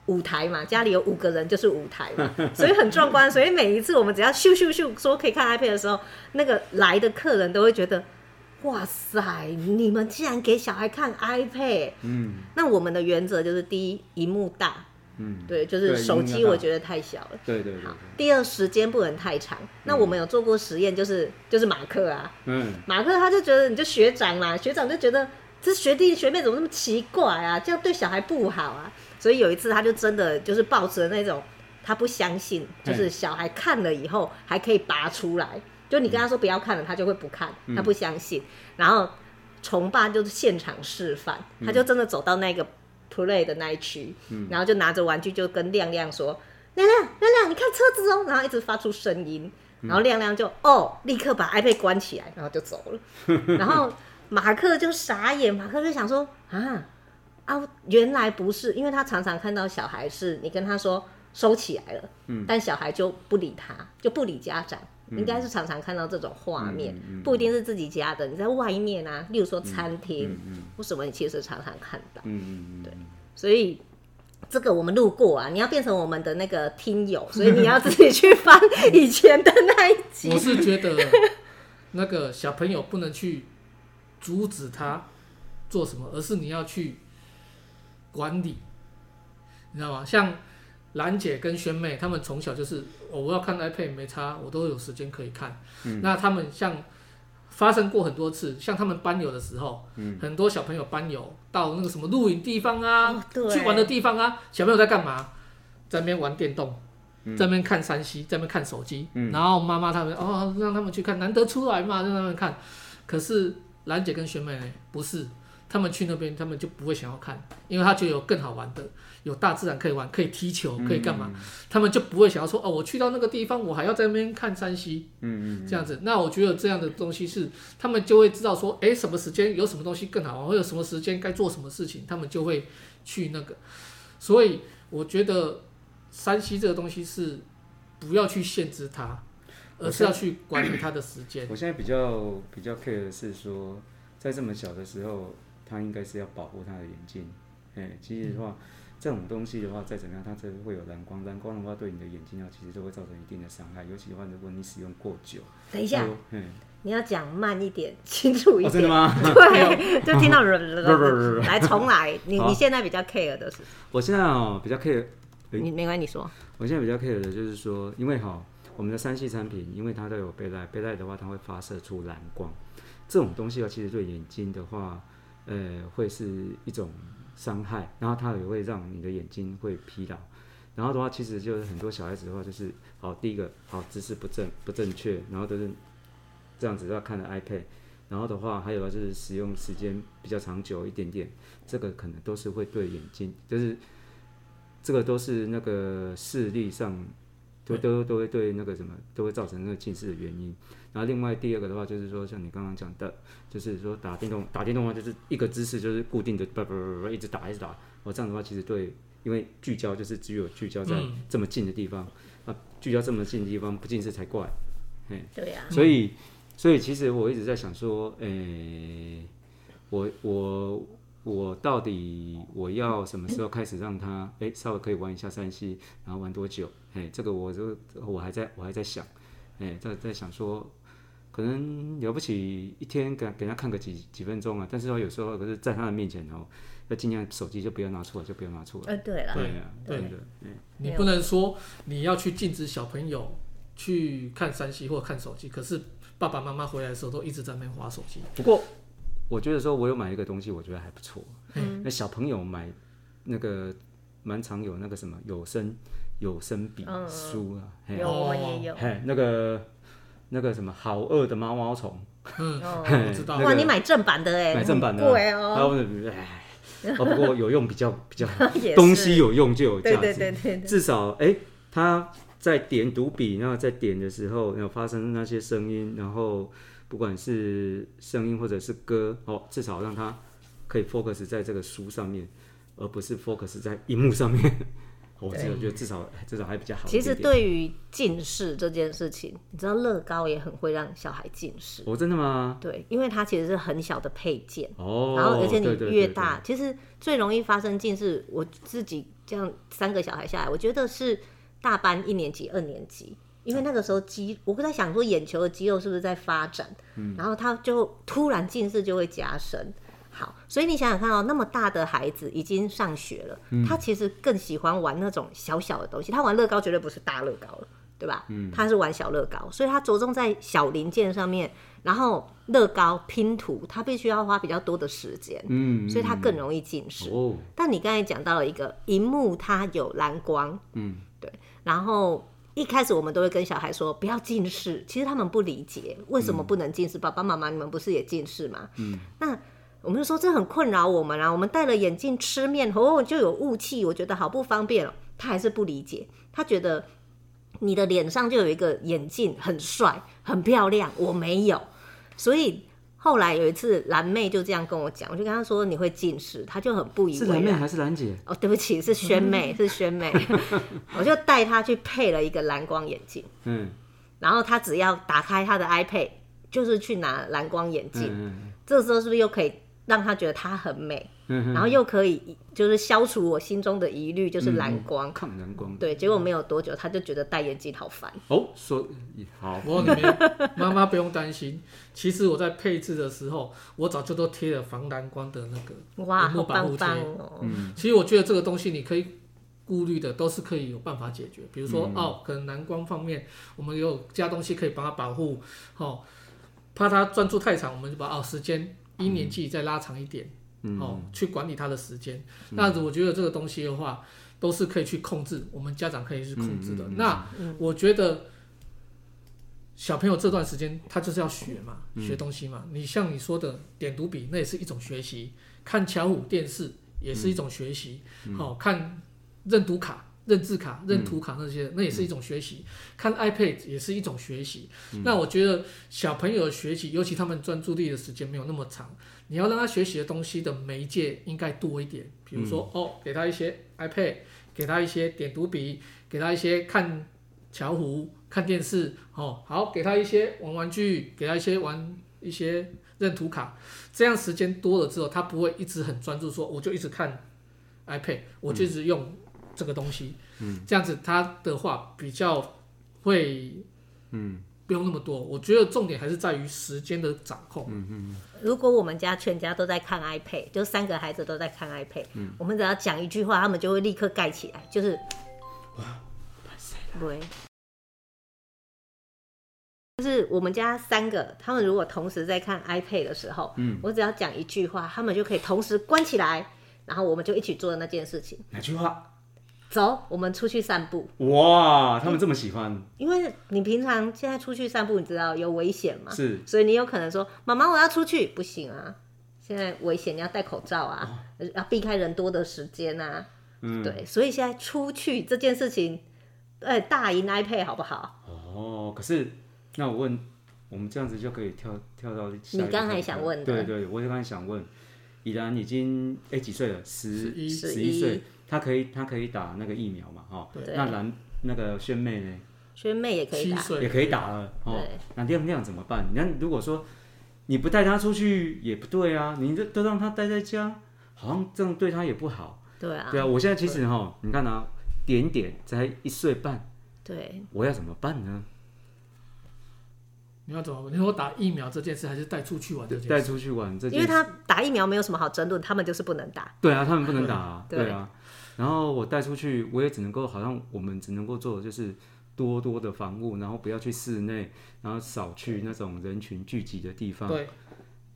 [SPEAKER 1] 舞台嘛，家里有五个人就是舞台嘛，所以很壮观。所以每一次我们只要咻咻咻说可以看 iPad 的时候，那个来的客人都会觉得，哇塞，你们竟然给小孩看 iPad！
[SPEAKER 3] 嗯
[SPEAKER 1] 那我们的原则就是第一，荧幕大，
[SPEAKER 3] 嗯
[SPEAKER 1] 对，就是手机我觉得太小了。
[SPEAKER 3] 对对对，
[SPEAKER 1] 第二，时间不能太长。那我们有做过实验，就是就是马克啊，
[SPEAKER 3] 嗯
[SPEAKER 1] 马克他就觉得你就学长嘛，学长就觉得这学弟学妹怎么那么奇怪啊，这样对小孩不好啊。所以有一次他就真的就是抱着那种他不相信，就是小孩看了以后还可以拔出来，就你跟他说不要看了，他就会不看，
[SPEAKER 3] 嗯
[SPEAKER 1] 他不相信。然后崇爸就是现场示范，
[SPEAKER 3] 嗯
[SPEAKER 1] 他就真的走到那个 play 的那一区，
[SPEAKER 3] 嗯
[SPEAKER 1] 然后就拿着玩具就跟亮亮说：“亮亮，亮亮，你看车子哦。”然后一直发出声音，
[SPEAKER 3] 嗯
[SPEAKER 1] 然后亮亮就哦，立刻把 iPad 关起来，然后就走
[SPEAKER 3] <laughs>
[SPEAKER 1] 了。然后马克就傻眼，马克就想说啊啊，原来不是，因为他常常看到小孩是你跟他说收起来了，
[SPEAKER 3] 嗯
[SPEAKER 1] 但小孩就不理他，就不理家长。应该是常常看到这种画面，
[SPEAKER 3] 嗯嗯嗯
[SPEAKER 1] 不一定是自己家的，你在外面啊，例如说餐厅，
[SPEAKER 3] 嗯嗯
[SPEAKER 1] 为什么你其实常常看到？
[SPEAKER 3] 嗯嗯对，
[SPEAKER 1] 所以这个我们路过啊，你要变成我们的那个听友，所以你要自己去翻以前的那一集
[SPEAKER 2] 我。是觉得那个小朋友不能去阻止他做什么，而是你要去管理，你知道吗？像兰姐跟萱妹，她们从小就是、哦我要看 iPad 没差，我都有时间可以看。
[SPEAKER 3] 嗯
[SPEAKER 2] 那她们像发生过很多次，像他们班游的时候，
[SPEAKER 3] 嗯
[SPEAKER 2] 很多小朋友班游到那个什么露营地方啊，
[SPEAKER 1] 哦对
[SPEAKER 2] 去玩的地方啊，小朋友在干嘛？在那边玩电动。在那边看山西，在那边看手机，
[SPEAKER 3] 嗯
[SPEAKER 2] 然后妈妈他们哦，让他们去看，难得出来嘛，让他们看。可是兰姐跟学妹呢，不是，他们去那边，他们就不会想要看，因为他觉得有更好玩的，有大自然可以玩，可以踢球，可以干
[SPEAKER 3] 嗯
[SPEAKER 2] 嘛，他们就不会想要说哦，我去到那个地方，我还要在那边看山西，
[SPEAKER 3] 嗯嗯
[SPEAKER 2] 这样子，那我觉得这样的东西是他们就会知道说，诶，什么时间有什么东西更好玩，或者什么时间该做什么事情，他们就会去那个。所以我觉得山西这个东西是不要去限制它，而是要去管理它的时间。
[SPEAKER 3] 我现在比较比较 care 的是说，在这么小的时候，他应该是要保护他的眼睛，哎，其实的
[SPEAKER 1] 嗯
[SPEAKER 3] 话，这种东西的话，再怎么样，它这会有蓝光，蓝光的话对你的眼睛啊，其实都会造成一定的伤害，尤其的话，如果你使用过久，
[SPEAKER 1] 等一下，
[SPEAKER 3] 会有，嗯，
[SPEAKER 1] 你要讲慢一点，清楚一
[SPEAKER 3] 哦，
[SPEAKER 1] 点。
[SPEAKER 3] 真的吗？
[SPEAKER 1] 对，就听到
[SPEAKER 3] 不
[SPEAKER 1] 来重来。你
[SPEAKER 3] 好
[SPEAKER 1] 你现在比较 care 的是，
[SPEAKER 3] 我现在哦比较 care 诶
[SPEAKER 1] 你没关系，你说。
[SPEAKER 3] 我现在比较 care 的就是说，因为哈，我们的三系产品，因为它都有背带，背带的话，它会发射出蓝光，这种东西啊，其实对眼睛的话，呃，会是一种伤害，然后它也会让你的眼睛会疲劳。然后的话，其实就是很多小孩子的话，就是好，第一个好姿势不正不正确，然后都是这样子要看着 iPad，然后的话，还有啊就是使用时间比较长久一点点，这个可能都是会对眼睛，就是这个都是那个视力上都都都会对那个什么都会造成那个近视的原因。然后另外第二个的话，就是说像你刚刚讲的，就是说打电动打电动的话，就是一个姿势就是固定的，叭叭叭叭一直打一直打。我、这样的话，其实对，因为聚焦就是只有聚焦在
[SPEAKER 2] 嗯
[SPEAKER 3] 这么近的地方、啊，聚焦这么近的地方不近视才怪。
[SPEAKER 1] 对呀、
[SPEAKER 3] 所以，所以其实我一直在想说，诶、我我我到底我要什么时候开始让他诶、稍微可以玩一下山西，然后玩多久？诶、这个我就我还在我还在想，诶、在在想说，可能了不起一天给给他看个几几分钟啊，但是说有时候可是在他的面前哦，要尽量手机就不要拿出来，就不要拿出来。
[SPEAKER 1] 呃，对了，
[SPEAKER 3] 对啊，
[SPEAKER 1] 对
[SPEAKER 3] 真的，嗯
[SPEAKER 2] 你不能说你要去禁止小朋友去看三 C 或看手机，可是爸爸妈妈回来的时候都一直在那边划手机。
[SPEAKER 3] 不过我觉得说，我有买一个东西，我觉得还不错。
[SPEAKER 1] 嗯
[SPEAKER 3] 那小朋友买那个蛮常有那个什么有声有声笔
[SPEAKER 1] 嗯嗯
[SPEAKER 3] 书啊，嘿，
[SPEAKER 1] 有我们也有。
[SPEAKER 3] 嘿，那个那个什么好饿的毛毛虫，
[SPEAKER 2] 嗯，
[SPEAKER 1] 哦，
[SPEAKER 3] 嘿
[SPEAKER 2] 我知道
[SPEAKER 3] 那
[SPEAKER 1] 哇，
[SPEAKER 3] 个
[SPEAKER 1] 你买正版的哎，
[SPEAKER 3] 买正版的，
[SPEAKER 1] 很贵
[SPEAKER 3] 然
[SPEAKER 1] 哦，
[SPEAKER 3] 后哎，哦，不过有用比较比较
[SPEAKER 1] <laughs> 也是
[SPEAKER 3] 东西有用就有价
[SPEAKER 1] 对
[SPEAKER 3] 值，
[SPEAKER 1] 对对对对，
[SPEAKER 3] 至少哎、他在点读笔，然后在点的时候，然后发生那些声音，然后不管是声音或者是歌，哦，至少让他可以 focus 在这个书上面，而不是 focus 在荧幕上面。我
[SPEAKER 1] 对
[SPEAKER 3] 这个觉得至少至少还比较好一
[SPEAKER 1] 其
[SPEAKER 3] 点
[SPEAKER 1] 实
[SPEAKER 3] 点。
[SPEAKER 1] 对于近视这件事情，你知道乐高也很会让小孩近视，
[SPEAKER 3] 哦，真的吗？
[SPEAKER 1] 对，因为它其实是很小的配件。
[SPEAKER 3] 哦，
[SPEAKER 1] 然后而且你
[SPEAKER 3] 对对对
[SPEAKER 1] 越大，其实最容易发生近视。我自己这样三个小孩下来，我觉得是大班一年级、二年级，因为那个时候肌，我在想说眼球的肌肉是不是在发展，
[SPEAKER 3] 嗯
[SPEAKER 1] 然后他就突然近视就会加深。好，所以你想想看哦，那么大的孩子已经上学了，
[SPEAKER 3] 嗯
[SPEAKER 1] 他其实更喜欢玩那种小小的东西。他玩乐高绝对不是大乐高了，对吧？
[SPEAKER 3] 嗯
[SPEAKER 1] 他是玩小乐高，所以他着重在小零件上面，然后乐高拼图，他必须要花比较多的时间，
[SPEAKER 3] 嗯，嗯
[SPEAKER 1] 所以他更容易近视。
[SPEAKER 3] 哦，
[SPEAKER 1] 但你刚才讲到了一个，荧幕它有蓝光，
[SPEAKER 3] 嗯，
[SPEAKER 1] 对，然后。一开始我们都会跟小孩说不要近视，其实他们不理解为
[SPEAKER 3] 嗯
[SPEAKER 1] 什么不能近视。爸爸妈妈，你们不是也近视吗？嗯，那我们就说这很困扰我们啊。我们戴了眼镜吃面，哦，就有雾气，我觉得好不方便哦。他还是不理解，他觉得你的脸上就有一个眼镜，很帅，很漂亮，我没有。所以后来有一次，蓝妹就这样跟我讲，我就跟她说你会近视，她就很不以
[SPEAKER 3] 嗯哦是
[SPEAKER 1] 为
[SPEAKER 3] 蓝妹
[SPEAKER 1] 然。
[SPEAKER 3] 还是蓝姐？
[SPEAKER 1] 哦，对不起，是宣
[SPEAKER 3] 嗯
[SPEAKER 1] 妹，是宣妹。 <laughs> 我就带她去配了一个蓝光眼镜，
[SPEAKER 3] 嗯
[SPEAKER 1] 然后她只要打开她的 iPad，就是去拿蓝光眼镜。
[SPEAKER 3] 嗯
[SPEAKER 1] 这时候是不是又可以让她觉得她很美，
[SPEAKER 3] 嗯
[SPEAKER 1] 然后又可以就是消除我心中的疑虑，就是蓝光
[SPEAKER 3] 嗯，。抗蓝光。
[SPEAKER 1] 对，结果没有多久，她就觉得戴眼镜好烦。
[SPEAKER 3] 哦，说好，
[SPEAKER 2] 我告诉你们，妈妈不用担心。其实我在配置的时候，我早就都贴了防蓝光的那个
[SPEAKER 1] 哇，
[SPEAKER 2] 荧幕
[SPEAKER 1] 好
[SPEAKER 2] 保护
[SPEAKER 1] 棒
[SPEAKER 2] 贴
[SPEAKER 1] 棒哦！
[SPEAKER 2] 其实我觉得这个东西你可以顾虑的，都是可以有办法解决。比如说、哦，可能蓝光方面，我们有加东西可以帮他保护，哦，怕他专注太长，我们就把哦时间一年级再拉长一点，哦，去管理他的时间。那我觉得这个东西的话，都是可以去控制，我们家长可以去控制的。那我觉得。小朋友这段时间他就是要学嘛，学东西嘛。你像你说的点读笔，那也是一种学习；看巧虎电视也是一种学习。好、看认读卡、认字卡、认图卡那些，那也是一种学习。看 iPad 也是一种学习。那我觉得小朋友的学习，尤其他们专注力的时间没有那么长，你要让他学习的东西的媒介应该多一点，比如说、哦，给他一些 iPad，给他一些点读笔，给他一些看巧虎、看电视，哦，好，给他一些玩玩具，给他一些玩一些认图卡，这样时间多了之后，他不会一直很专注说我就一直看。 iPad，我就是用这个东西，嗯，这样子它的话比较会，嗯，不用那么多。我觉得重点还是在于时间的掌控，
[SPEAKER 1] 如果我们家全家都在看 iPad，就三个孩子都在看 iPad，、我们只要讲一句话，他们就会立刻盖起来，就是哇，对。就是我们家三个，他们如果同时在看 iPad 的时候，嗯，我只要讲一句话，他们就可以同时关起来，然后我们就一起做那件事情。
[SPEAKER 3] 哪句话？
[SPEAKER 1] 走，我们出去散步，
[SPEAKER 3] 哇，他们这么喜欢，
[SPEAKER 1] 因为你平常现在出去散步，你知道有危险嘛，
[SPEAKER 3] 是
[SPEAKER 1] 所以你有可能说：“妈妈，我要出去，不行啊，现在危险，你要戴口罩啊，
[SPEAKER 3] 哦
[SPEAKER 1] 要避开人多的时间啊。
[SPEAKER 3] 嗯
[SPEAKER 1] 对，所以现在出去这件事情，哎，大赢 iPad 好不好？
[SPEAKER 3] 哦。可是那我问，我们这样子就可以跳跳到下一个
[SPEAKER 1] 你刚才
[SPEAKER 3] topic
[SPEAKER 1] 想问的
[SPEAKER 3] 对对，我就刚才想问，已然已经哎、几岁了？十
[SPEAKER 2] 11
[SPEAKER 3] 十
[SPEAKER 1] 11
[SPEAKER 3] 一岁，他可以他可以打那个疫苗嘛？哈、
[SPEAKER 1] 对
[SPEAKER 3] 那蓝那个萱妹呢？
[SPEAKER 1] 学妹也可以
[SPEAKER 2] 七
[SPEAKER 1] 打，
[SPEAKER 2] 岁
[SPEAKER 3] 也可以打了哦
[SPEAKER 1] 对。
[SPEAKER 3] 那亮亮怎么办？那如果说你不带他出去也不对啊，你就都让他待在家，好像这样对他也不好。
[SPEAKER 1] 对啊，
[SPEAKER 3] 对啊，我现在其实哈，你看啊，点点才一岁半，
[SPEAKER 1] 对，
[SPEAKER 3] 我要怎么办呢？
[SPEAKER 2] 你要怎么办？你说打疫苗这件事，还是带出去玩这件
[SPEAKER 3] 带
[SPEAKER 2] 事？
[SPEAKER 3] 出去玩这
[SPEAKER 1] 因
[SPEAKER 3] 件
[SPEAKER 1] 为
[SPEAKER 3] 事，
[SPEAKER 1] 他打疫苗没有什么好争论，他们就是不能打。
[SPEAKER 3] 对啊，他们不能打啊，
[SPEAKER 1] 对
[SPEAKER 3] 对啊。然后我带出去，我也只能够好像我们只能够做的就是多多的防护，然后不要去室内，然后少去那种人群聚集的地方，
[SPEAKER 2] 对，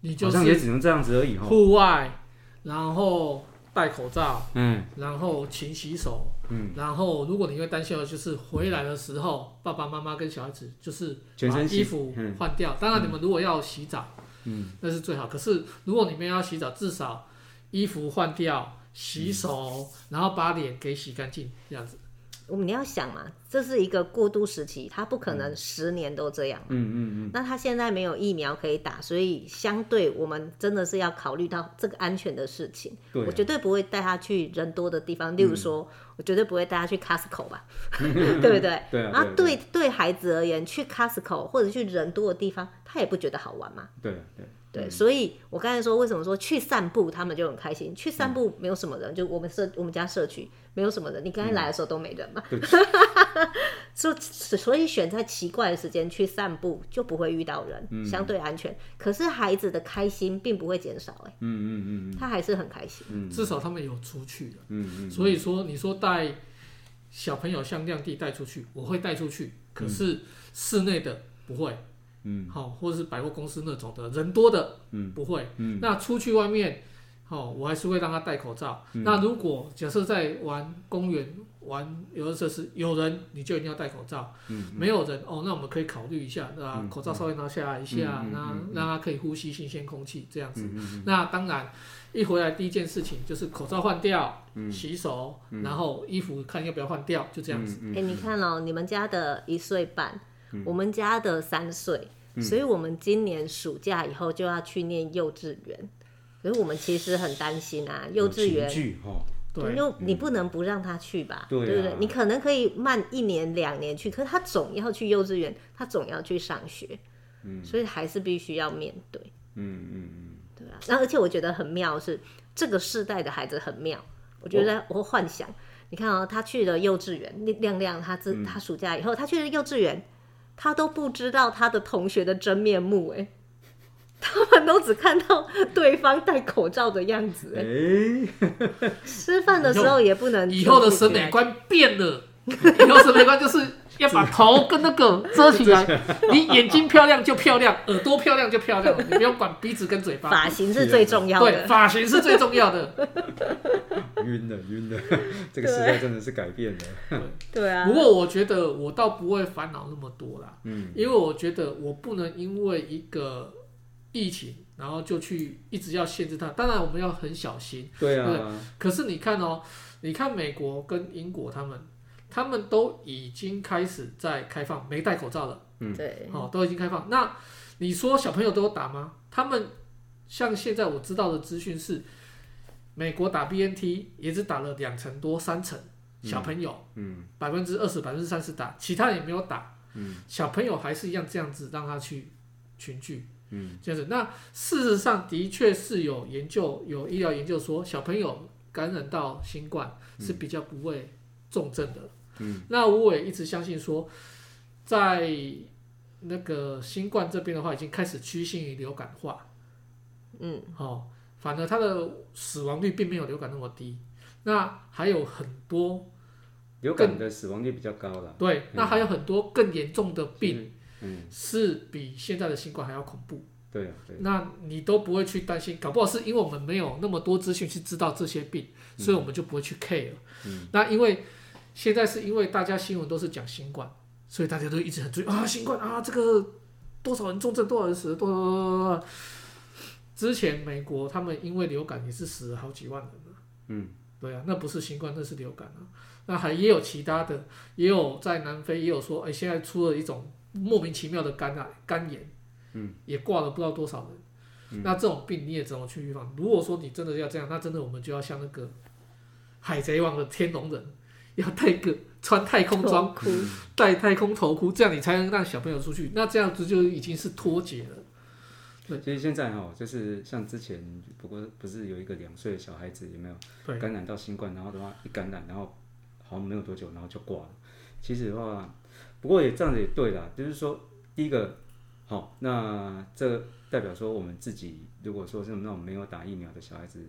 [SPEAKER 2] 你
[SPEAKER 3] 好
[SPEAKER 2] 就
[SPEAKER 3] 像也
[SPEAKER 2] 是
[SPEAKER 3] 只能这样子而已哈。
[SPEAKER 2] 户外，然后戴口罩，
[SPEAKER 3] 嗯，
[SPEAKER 2] 然后勤洗手，嗯，然后如果你会担心的就是回来的时候，爸爸妈妈跟小孩子就是
[SPEAKER 3] 全
[SPEAKER 2] 把
[SPEAKER 3] 身洗
[SPEAKER 2] 衣服
[SPEAKER 3] 嗯
[SPEAKER 2] 换掉。当然，你们如果要洗澡，嗯，那是最好。可是如果你们要洗澡，至少衣服换掉，洗手，
[SPEAKER 3] 嗯
[SPEAKER 2] 然后把脸给洗干净，这样子。
[SPEAKER 1] 我们你要想嘛，这是一个过渡时期，他不可能十年都这样。
[SPEAKER 3] 嗯嗯嗯。
[SPEAKER 1] 那他现在没有疫苗可以打，所以相对我们真的是要考虑到这个安全的事情。
[SPEAKER 3] 对啊嗯
[SPEAKER 1] 我绝对不会带他去人多的地方，例如说，我绝对不会带他去 Costco
[SPEAKER 3] <laughs>
[SPEAKER 1] 吧，对不对？
[SPEAKER 3] 对啊
[SPEAKER 1] 然后
[SPEAKER 3] 对
[SPEAKER 1] 对对孩子而言，去 Costco 或者去人多的地方，他也不觉得好玩嘛。
[SPEAKER 3] 对对
[SPEAKER 1] 对，所以我刚才说，为什么说去散步他们就很开心？去
[SPEAKER 3] 嗯
[SPEAKER 1] 散步没有什么人，就我们社我们家社区没有什么人。你刚才来的时候都没人嘛，
[SPEAKER 3] 嗯对
[SPEAKER 1] 所所以选在奇怪的时间去散步就不会遇到人，
[SPEAKER 3] 嗯
[SPEAKER 1] 相对安全。可是孩子的开心并不会减少、欸，
[SPEAKER 3] 嗯嗯嗯
[SPEAKER 1] 他还是很开心。
[SPEAKER 2] 至少他们有出去了。
[SPEAKER 3] 嗯
[SPEAKER 2] 所以说，你说带小朋友像亮弟带出去，我会带出去，可是室内的不会。
[SPEAKER 3] 嗯，
[SPEAKER 2] 好、或者是百货公司那种的人多的，
[SPEAKER 3] 嗯，
[SPEAKER 2] 不会。
[SPEAKER 3] 嗯，
[SPEAKER 2] 那出去外面，好、我还是会让他戴口罩。
[SPEAKER 3] 嗯
[SPEAKER 2] 那如果假设在玩公园、玩游乐设施，有人你就一定要戴口罩。嗯，没有人哦，那我们可以考虑一下，那口罩稍微拿下来一下，
[SPEAKER 3] 嗯嗯嗯嗯
[SPEAKER 2] 那、
[SPEAKER 3] 嗯
[SPEAKER 2] 让他可以呼吸新鲜空气这样子。那当然，一回来第一件事情就是口罩换掉，洗手，然后衣服看要不要换掉，就这样子。
[SPEAKER 1] 哎、
[SPEAKER 3] 嗯
[SPEAKER 1] 你看哦，你们家的一岁半，我们家的三岁，
[SPEAKER 3] 嗯
[SPEAKER 1] 所以我们今年暑假以后就要去念幼稚园，所以我们其实很担心啊，幼稚园
[SPEAKER 3] 剧哈，
[SPEAKER 2] 对，嗯
[SPEAKER 1] 就你不能不让他去吧，
[SPEAKER 3] 对啊
[SPEAKER 1] 不对？你可能可以慢一年两年去，可是他总要去幼稚园，他总要去上学，
[SPEAKER 2] 嗯
[SPEAKER 1] 所以还是必须要面对，
[SPEAKER 3] 嗯嗯嗯，
[SPEAKER 1] 对啊。那而且我觉得很妙的是这个世代的孩子很妙，我觉
[SPEAKER 2] 哦
[SPEAKER 1] 得我幻想，你看哦，他去了幼稚园，亮亮他自、
[SPEAKER 2] 嗯
[SPEAKER 1] 他暑假以后，他去了幼稚园，他都不知道他的同学的真面目，哎， <laughs> 他们都只看到对方戴口罩的样
[SPEAKER 2] <laughs>
[SPEAKER 1] 子，哎。
[SPEAKER 3] 哎，
[SPEAKER 1] 吃饭的时候也不能
[SPEAKER 2] 以后的审美观变了，以后审美观就是要把头跟那个遮起来， <laughs> 你眼睛漂亮就漂亮，耳朵漂亮就漂亮，你不用管鼻子跟嘴巴。
[SPEAKER 1] 发型是最重要
[SPEAKER 2] 对，
[SPEAKER 1] 的。
[SPEAKER 2] 发型是最重
[SPEAKER 1] <laughs>
[SPEAKER 2] 要的。
[SPEAKER 3] 哎晕了晕了， <laughs> 这个时代真的是改变了，
[SPEAKER 1] 对啊
[SPEAKER 2] 不，过我觉得我倒不会烦恼那么多啦，
[SPEAKER 3] 嗯
[SPEAKER 2] 因为我觉得我不能因为一个疫情，然后就去一直要限制它。当然我们要很小心，
[SPEAKER 3] 对啊，
[SPEAKER 2] 可是你看哦，你看美国跟英国他们，他们都已经开始在开放没戴口罩了。
[SPEAKER 1] 对，
[SPEAKER 2] 哦，都已经开放。那你说小朋友都有打吗？他们像现在我知道的资讯是，美国打 BNT 也只打了两成多、三成小朋友，
[SPEAKER 3] 嗯，
[SPEAKER 2] 百分之二十、百分之三十打，其他人也没有打，嗯，小朋友还是一样这样子让他去群聚，嗯，这样子。那事实上的确是有研究，有医疗研究说，小朋友感染到新冠是比较不会重症的。嗯，那我也一直相信说，在那个新冠这边的话，已经开始趋近于流感化。嗯，哦，反而它的死亡率并没有流感那么低。那还有很多
[SPEAKER 3] 流感的死亡率比较高了。
[SPEAKER 2] 对，那还有很多更严重的病
[SPEAKER 3] 嗯，
[SPEAKER 2] 是比现在的新冠还要恐怖。
[SPEAKER 3] 对啊，对，
[SPEAKER 2] 那你都不会去担心，搞不好是因为我们没有那么多资讯去知道这些病，所以我们就不会去 care。那因为现在是因为大家新闻都是讲新冠，所以大家都一直很注意啊，新冠啊，这个多少人重症，多少人死了，多多之前美国他们因为流感也是死了好几万人啊。嗯，对啊，那不是新冠，那是流感啊。那还也有其他的，也有在南非也有说，哎、现在出了一种莫名其妙的肝癌、肝炎。也挂了不知道多少人。那这种病你也怎么去预防？如果说你真的要这样，那真的我们就要像那个《海贼王》的天龙人，要戴个穿
[SPEAKER 1] 嗯
[SPEAKER 2] 太空装，
[SPEAKER 1] 哭，
[SPEAKER 2] 戴太空头箍，这样你才能让小朋友出去。那这样子就已经是脱节了。
[SPEAKER 3] 其实现在哦，就是像之前，不过不是有一个两岁的小孩子有没有
[SPEAKER 2] 对，
[SPEAKER 3] 感染到新冠，然后的话一感染，然后好像没有多久，然后就挂了。其实的话，不过也这样子也对啦，就是说第一个好、那这代表说我们自己如果说是那种没有打疫苗的小孩子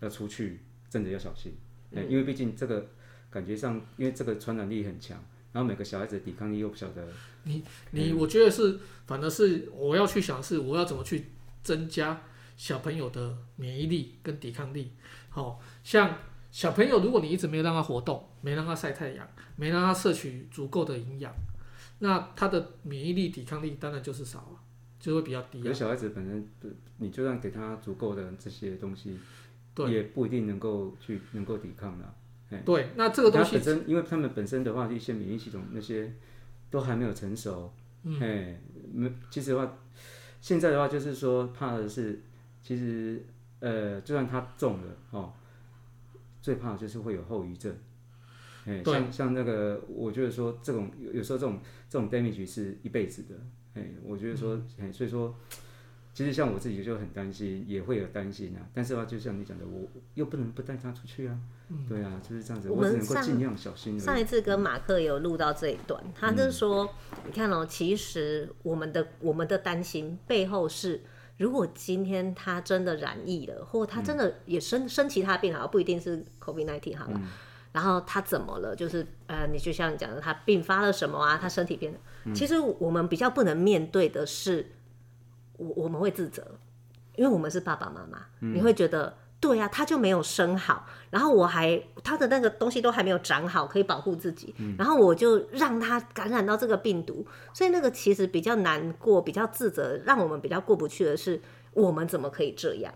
[SPEAKER 3] 要出去，真的要小心，哎因为毕竟这个感觉上，因为这个传染力很强，然后每个小孩子的抵抗力又不晓得
[SPEAKER 2] 你我觉得是，反而是我要去想是我要怎么去增加小朋友的免疫力跟抵抗力。好、像小朋友，如果你一直没让他活动，没让他晒太阳，没让他摄取足够的营养，那他的免疫力、抵抗力当然就是少了、就会比较低
[SPEAKER 3] 有
[SPEAKER 2] 啊。
[SPEAKER 3] 小孩子本身不，你就算给他足够的这些东西，
[SPEAKER 2] 对
[SPEAKER 3] 也不一定能够去能够抵抗啦。
[SPEAKER 2] 对，那这个东
[SPEAKER 3] 他
[SPEAKER 2] 西
[SPEAKER 3] 本身，因为他们本身的话，一些免疫系统那些都还没有成熟，嗯，哎，没，其实的话，现在的话就是说，怕的是，其实呃，就算他中了哦，最怕的就是会有后遗症。哎，
[SPEAKER 2] 对
[SPEAKER 3] 像像那个，我觉得说这种有有时候这种这种 damage 是一辈子的。哎，我觉得说，
[SPEAKER 2] 嗯
[SPEAKER 3] 哎，所以说，其实像我自己就很担心，也会有担心啊。但是的话，就像你讲的，我又不能不带他出去啊。
[SPEAKER 2] 嗯
[SPEAKER 3] 对啊，就是这样子，
[SPEAKER 1] 我
[SPEAKER 3] 我只
[SPEAKER 1] 们
[SPEAKER 3] 能够
[SPEAKER 1] 上
[SPEAKER 3] 尽量小心而已。
[SPEAKER 1] 上一次跟马克有录到这一段，他就是说，你看哦，其实我们的我们的担心背后是，如果今天他真的染疫了，或他真的也生生其他病，好了，不一定是 COVID nineteen 好了，然后他怎么了？就是呃，你就像你讲的，他并发了什么啊？他身体变了。其实我们比较不能面对的是，我我们会自责，因为我们是爸爸妈妈，你会觉得。对呀、他就没有生好，然后我还他的那个东西都还没有长好，可以保护自己，然后我就让他感染到这个病毒，所以那个其实比较难过，比较自责，让我们比较过不去的是，我们怎么可以这样？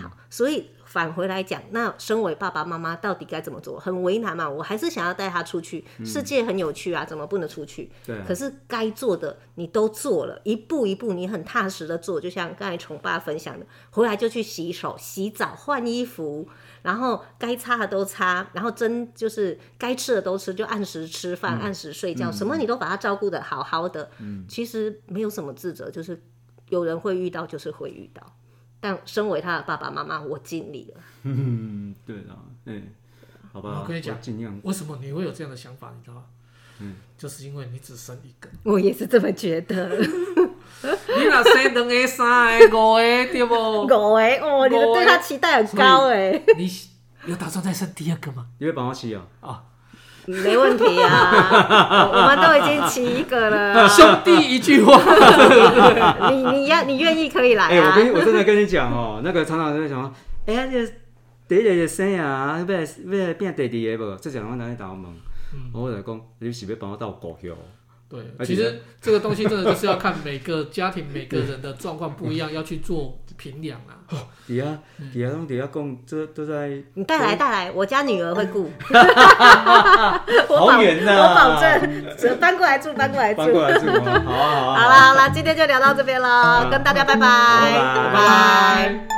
[SPEAKER 1] 好，所以返回来讲，那身为爸爸妈妈到底该怎么做？很为难嘛，我还是想要带他出去，世界很有趣啊，怎么不能出去？
[SPEAKER 3] 对啊
[SPEAKER 1] 可是该做的你都做了，一步一步你很踏实的做，就像刚才崇爸分享的，回来就去洗手、洗澡、换衣服，然后该擦的都擦，然后真就是该吃的都吃，就按时吃饭、按时睡觉，什么你都把他照顾的好好的。其实没有什么自责，就是有人会遇到，就是会遇到。但身为他的爸爸妈妈，我尽力了。
[SPEAKER 3] 嗯，对啦，哎，好吧，
[SPEAKER 2] 我跟你讲
[SPEAKER 3] 尽量
[SPEAKER 2] 为什么你会有这样的想法，你知道吗？嗯，就是因为你只生一个。
[SPEAKER 1] 我也是这么觉 <laughs> 得。
[SPEAKER 2] 你若生两个、三个、五个，对不？
[SPEAKER 1] <laughs> 狗哎、哦，你的对他期待很高哎、
[SPEAKER 2] 你有打算再生第二个吗？，
[SPEAKER 3] 你会帮我洗啊？
[SPEAKER 1] 没问题 <laughs> 啊，我我们都已经骑一个了
[SPEAKER 2] <laughs> 兄弟一句话。
[SPEAKER 1] 你你要你愿意可以来
[SPEAKER 3] 哎，我
[SPEAKER 1] 啊。
[SPEAKER 3] 跟我真的跟你讲哦，那个常常在讲说，哎呀，这第一个就生啊，要来要来变第二个无？这两个哪里打我问？
[SPEAKER 2] 嗯
[SPEAKER 3] 我就讲，你是要帮我到狗票？
[SPEAKER 2] <laughs> 对，
[SPEAKER 3] 而且
[SPEAKER 2] 其实这个东西真的就是要看每个家庭、每个人的状况不一样，要去做评量 <laughs> 啊。
[SPEAKER 3] 底下底下拢底下讲，这都在
[SPEAKER 1] 你带来带来，我家女儿会顾。我保
[SPEAKER 3] 好远呐
[SPEAKER 1] <laughs> 我保证，只搬过来住，搬过来住。
[SPEAKER 3] 翻过来住哦，好啊好啊，
[SPEAKER 1] 好啦好啦，今天就聊到这边喽，跟大家拜拜，
[SPEAKER 2] 拜
[SPEAKER 3] 拜拜
[SPEAKER 2] 拜。